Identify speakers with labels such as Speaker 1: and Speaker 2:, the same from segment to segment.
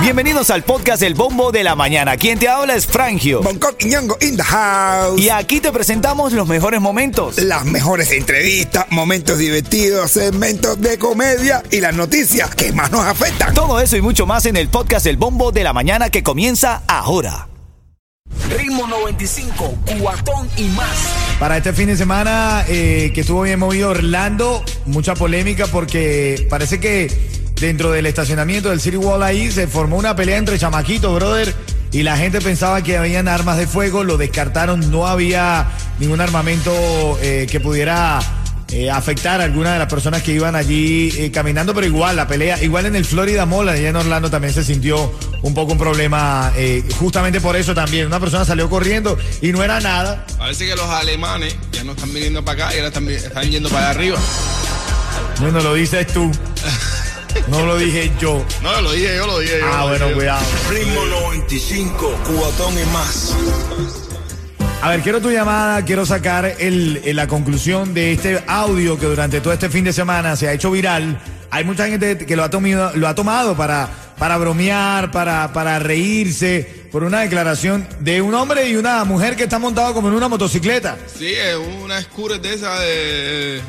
Speaker 1: Bienvenidos al podcast El Bombo de la Mañana. Quien te habla es Frangio.
Speaker 2: Bangkok y Ñongo in the house.
Speaker 1: Y aquí te presentamos los mejores momentos.
Speaker 2: Las mejores entrevistas, momentos divertidos, segmentos de comedia y las noticias que más nos afectan.
Speaker 1: Todo eso y mucho más en el podcast El Bombo de la Mañana que comienza ahora.
Speaker 3: Ritmo 95, Cubatón y más.
Speaker 4: Para este fin de semana eh, que estuvo bien movido Orlando, mucha polémica porque parece que dentro del estacionamiento del City Wall ahí se formó una pelea entre chamaquitos, brother, y la gente pensaba que habían armas de fuego, lo descartaron, no había ningún armamento eh, que pudiera eh, afectar a alguna de las personas que iban allí eh, caminando, pero igual la pelea, igual en el Florida Mall, allá en Orlando también se sintió un poco un problema, eh, justamente por eso también. Una persona salió corriendo y no era nada.
Speaker 5: Parece que los alemanes ya no están viniendo para acá y ahora están, vi- están yendo para allá arriba.
Speaker 4: Bueno, lo dices tú. No lo dije yo.
Speaker 5: No, lo dije yo, lo dije yo.
Speaker 4: Ah,
Speaker 5: lo dije
Speaker 4: bueno,
Speaker 5: yo.
Speaker 4: cuidado.
Speaker 3: Ritmo 95, Cubatón y más.
Speaker 4: A ver, quiero tu llamada, quiero sacar el- el- la conclusión de este audio que durante todo este fin de semana se ha hecho viral. Hay mucha gente que lo ha, tomido- lo ha tomado para, para bromear, para, para reírse, por una declaración de un hombre y una mujer que está montado como en una motocicleta.
Speaker 5: Sí, es una scooter de esa de, de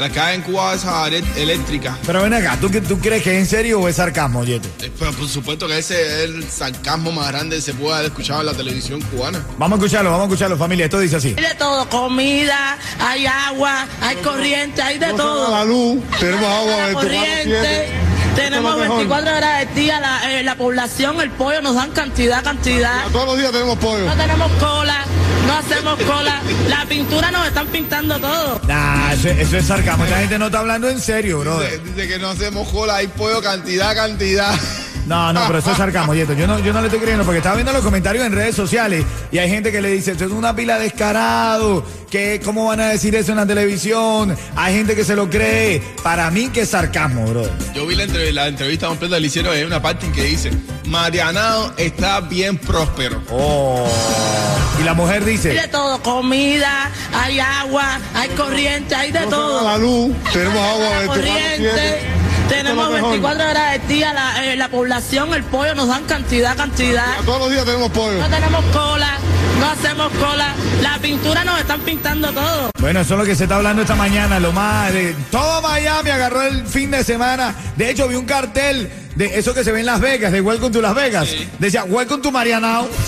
Speaker 5: las que hay en Cuba, esa eléctrica.
Speaker 4: Pero ven acá, ¿tú, qué- ¿tú crees que es en serio o es sarcasmo, Yeto?
Speaker 5: Eh, Pero por supuesto que ese es el sarcasmo más grande que se puede haber escuchado en la televisión cubana.
Speaker 4: Vamos a escucharlo, vamos a escucharlo, familia. Esto dice así.
Speaker 6: Hay de todo, comida, hay agua, hay corriente, hay de todo.
Speaker 7: la luz, tenemos agua
Speaker 6: La
Speaker 7: 24/7.
Speaker 6: corriente, tenemos
Speaker 7: Esto Este es lo mejor.
Speaker 6: 24 horas del día, la, eh, la población, el pollo, nos dan cantidad, cantidad.
Speaker 7: Todos los días tenemos pollo.
Speaker 6: No tenemos cola, no hacemos cola. La pintura nos están pintando todo.
Speaker 4: Nah, eso, eso es sarcasmo. Esta gente no está hablando en serio, brother.
Speaker 5: Dice, dice que no hacemos cola, hay pollo, cantidad, cantidad.
Speaker 4: No, no, pero eso es sarcasmo, Yeto. Yo no, yo no le estoy creyendo porque estaba viendo los comentarios en redes sociales y hay gente que le dice, esto es una pila descarado, que cómo van a decir eso en la televisión. Hay gente que se lo cree. Para mí que es sarcasmo, bro.
Speaker 5: Yo vi la, entre- la entrevista completa del hicieron hay una parte en que dice, Marianao está bien próspero.
Speaker 4: Oh. Y la mujer
Speaker 6: Hay
Speaker 4: dice,
Speaker 6: de todo, comida, hay agua, hay corriente, hay de
Speaker 7: Toda
Speaker 6: todo.
Speaker 7: la luz, tenemos agua
Speaker 6: La
Speaker 7: 24/7.
Speaker 6: corriente,
Speaker 7: Este
Speaker 6: tenemos 24 horas del día, la, eh, la población, el pollo, nos dan cantidad, cantidad.
Speaker 7: Todos los días tenemos pollo.
Speaker 6: No tenemos cola, no hacemos cola. La pintura nos están pintando todo.
Speaker 4: bueno, eso es lo que se está hablando esta mañana, lo más de todo Miami agarró el fin de semana. De hecho, vi un cartel de eso que se ve en Las Vegas, de Welcome to Las Vegas. Decía, Welcome to Marianao.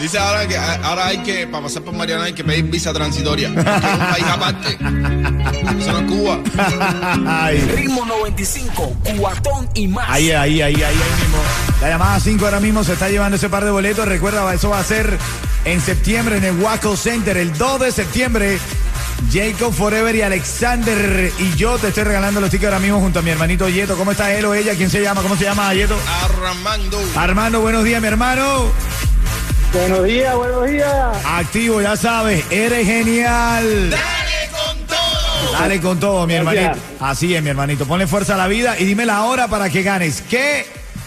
Speaker 5: Dice ahora que ahora hay que, para pasar por Mariana hay que pedir visa transitoria. Que es un país aparte. Eso no es Cuba.
Speaker 4: Ay.
Speaker 3: Ritmo 95, Cubatón y más.
Speaker 4: Ahí, ahí, ahí, ahí, ahí mismo. La llamada 5 ahora mismo se está llevando ese par de boletos. Recuerda, eso va a ser en septiembre en el Waco Center, el 2 de septiembre. Jacob Forever y Alexander y yo te estoy regalando los tickets ahora mismo junto a mi hermanito Yeto. ¿Cómo está él o ella? ¿Quién se llama? ¿Cómo se llama Yeto?
Speaker 5: Armando.
Speaker 4: Armando, buenos días, mi hermano.
Speaker 8: Buenos días, buenos días.
Speaker 4: Activo, ya sabes, eres genial.
Speaker 5: ¡Dale con todo!
Speaker 4: Dale con todo, mi
Speaker 8: Gracias.
Speaker 4: hermanito. Así es, mi hermanito. Ponle fuerza a la vida y dime la hora para que ganes. ¿Qué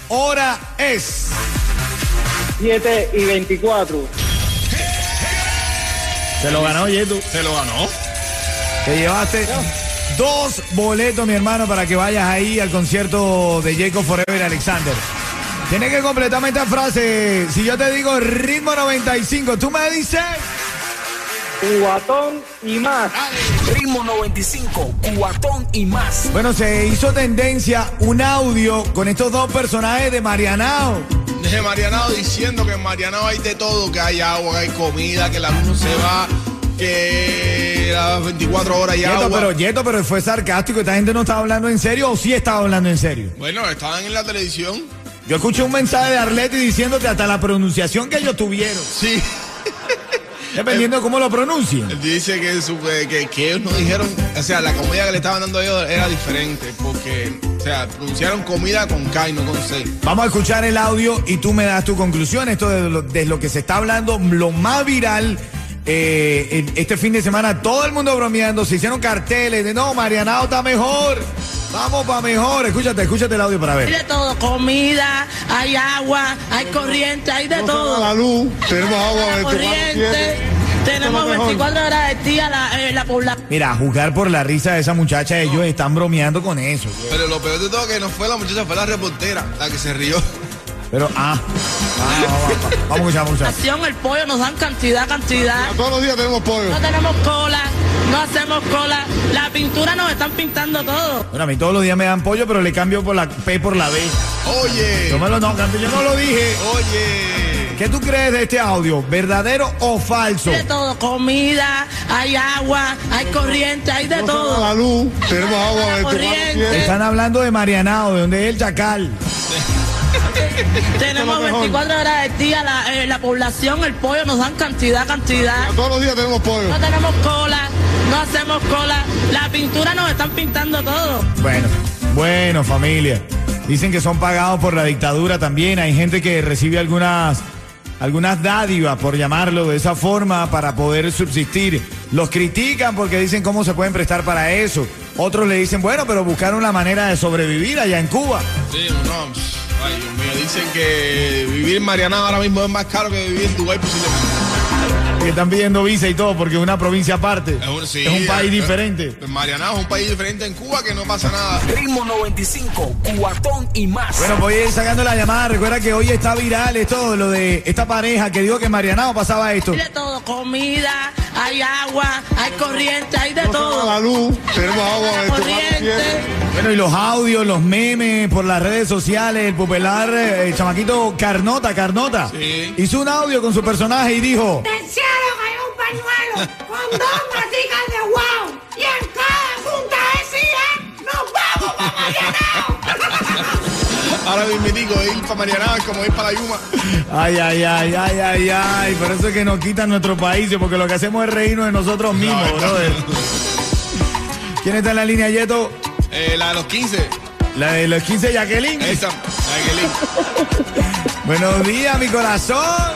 Speaker 4: hora es?
Speaker 8: 7 y 24.
Speaker 4: Se lo ganó Yeto.
Speaker 5: Se lo ganó.
Speaker 4: Te llevaste dos boletos, mi hermano, para que vayas ahí al concierto de Jacob Forever Alexander. Tienes que completarme esta frase. Si yo te digo ritmo 95, tú me dices.
Speaker 8: Cubatón y más.
Speaker 3: Ritmo 95, Cubatón y más.
Speaker 4: Bueno, se hizo tendencia un audio con estos dos personajes de Marianao.
Speaker 5: De Marianao diciendo que en Marianao hay de todo, que hay agua, que hay comida, que la luz no se va, que las 24 horas hay
Speaker 4: Yeto,
Speaker 5: agua.
Speaker 4: pero Yeto, pero fue sarcástico. Esta gente no estaba hablando en serio o sí estaba hablando en serio.
Speaker 5: Bueno, estaban en la televisión.
Speaker 4: Yo escuché un mensaje de Arleti diciéndote hasta la pronunciación que ellos tuvieron,
Speaker 5: Sí.
Speaker 4: dependiendo de cómo lo pronuncien.
Speaker 5: Dice que, su- que- que- que ellos no dijeron, o sea, la comida que le estaban dando a ellos era diferente, porque, o sea, pronunciaron comida con K y no con C.
Speaker 4: Vamos a escuchar el audio y tú me das tu conclusión. Esto de lo, de lo que se está hablando, lo más viral. eh, en- este fin de semana todo el mundo bromeando, se hicieron carteles de no, Marianao está mejor, vamos para mejor. Escúchate, escúchate el audio para
Speaker 6: Hay
Speaker 4: ver.
Speaker 6: de todo, comida, hay agua, hay corriente, hay de
Speaker 7: Toda la
Speaker 6: todo.
Speaker 7: luz, tenemos agua
Speaker 6: La
Speaker 7: 24/7.
Speaker 6: corriente, Tenemos
Speaker 7: lo mejor.
Speaker 6: 24 horas del día la, eh, la población.
Speaker 4: Mira, a juzgar por la risa de esa muchacha, ellos están bromeando con eso.
Speaker 5: Pero lo peor de todo que no fue la muchacha, fue la reportera la que se rió.
Speaker 4: Pero, ah, ah, vamos, vamos, vamos a escuchar, vamos a escuchar.
Speaker 6: El pollo nos dan cantidad, cantidad.
Speaker 7: Todos los días tenemos pollo.
Speaker 6: No tenemos cola, no hacemos cola. La pintura nos están pintando todo.
Speaker 4: Bueno, a mí todos los días me dan pollo, pero le cambio por la P por la B.
Speaker 5: Oye,
Speaker 4: Yo me lo no, cambio, yo no lo dije.
Speaker 5: oye.
Speaker 4: ¿Qué tú crees de este audio? ¿Verdadero o falso?
Speaker 6: Hay de todo, comida, hay agua, hay corriente, hay de
Speaker 7: Tenemos
Speaker 6: todo.
Speaker 7: la luz, tenemos agua,
Speaker 6: La
Speaker 7: 24
Speaker 6: corriente.
Speaker 7: horas.
Speaker 4: Están hablando de Marianao, de donde es el chacal.
Speaker 6: Tenemos 24 horas del día la, eh, la población, el pollo nos dan cantidad, cantidad.
Speaker 7: Todos los días tenemos pollo.
Speaker 6: No tenemos cola, no hacemos cola. La pintura nos están pintando todo.
Speaker 4: Bueno, bueno, familia. Dicen que son pagados por la dictadura también. Hay gente que recibe algunas, algunas dádivas, por llamarlo de esa forma, para poder subsistir. Los critican porque dicen cómo se pueden prestar para eso. Otros le dicen, bueno, pero buscaron la manera de sobrevivir allá en Cuba.
Speaker 5: Sí, no. Ay, Dios mío, dicen que vivir en Mariana ahora mismo es más caro que vivir en Dubái posiblemente.
Speaker 4: Que están pidiendo visa y todo porque es una provincia aparte.
Speaker 5: Es un, sí,
Speaker 4: es un país
Speaker 5: eh,
Speaker 4: diferente.
Speaker 5: eh, Marianao es un país diferente en Cuba que no pasa nada.
Speaker 3: Ritmo 95, cuatón y más.
Speaker 4: Bueno, voy a ir sacando la llamada. Recuerda que hoy está viral esto, lo de esta pareja que dijo que en Marianao pasaba esto.
Speaker 6: Hay de todo, comida, hay agua, hay corriente, hay de
Speaker 7: Tenemos la
Speaker 6: todo.
Speaker 7: luz, tenemos agua,
Speaker 6: La
Speaker 7: 24 horas.
Speaker 6: corriente.
Speaker 4: Bueno, y los audios, los memes por las redes sociales, el popular eh, el chamaquito Carnota, Carnota,
Speaker 5: Sí.
Speaker 4: hizo un audio con su personaje y dijo,
Speaker 9: Terciaro cayó un pañuelo con dos maticas de guau. Y en cada junta decía, nos vamos para Marianao.
Speaker 5: Ahora mismitico, ir para Marianao es como ir para la Yuma.
Speaker 4: ay, ay, ay, ay, ay, ay, por eso es que nos quitan nuestro país, porque lo que hacemos es reírnos de nosotros mismos,
Speaker 5: No, no.
Speaker 4: brother. ¿Quién está en la línea, Yeto?
Speaker 5: Eh, la de los 15,
Speaker 4: La de los 15, Jacqueline.
Speaker 5: esa, la de Kelly.
Speaker 4: Buenos días, mi corazón.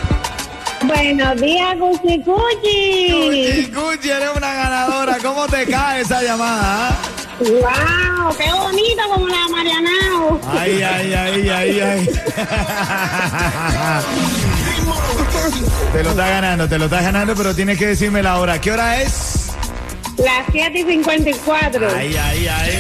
Speaker 9: Buenos días, Cuchi
Speaker 4: Cuchi,
Speaker 9: Cuchi.
Speaker 4: Cuchi, eres una ganadora. ¿Cómo te cae esa llamada? ah?
Speaker 9: ¡Wow! ¡Qué bonito como la de Marianao!
Speaker 4: Ay, ay, ay, ay, ay. Te lo estás ganando, te lo estás ganando, pero tienes que decirme la hora. ¿Qué hora es?
Speaker 9: Las 7 y 54.
Speaker 4: Ay, ay, ay.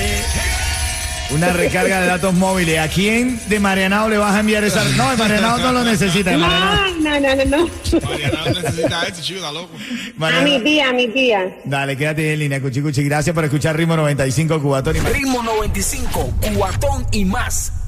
Speaker 4: Una recarga de datos móviles. ¿A quién de Marianao le vas a enviar esa? No, de Marianao no lo necesita. de
Speaker 9: No,
Speaker 4: Marianao.
Speaker 9: no, no, no, no.
Speaker 5: Marianao necesita eso, chico, está loco.
Speaker 9: A mi
Speaker 4: Marianao.
Speaker 9: tía, a mi tía.
Speaker 4: Dale, quédate ahí en línea, Cuchi Cuchi. Gracias por escuchar Ritmo 95 Cubatón y
Speaker 3: Ritmo 95, cuatón y más.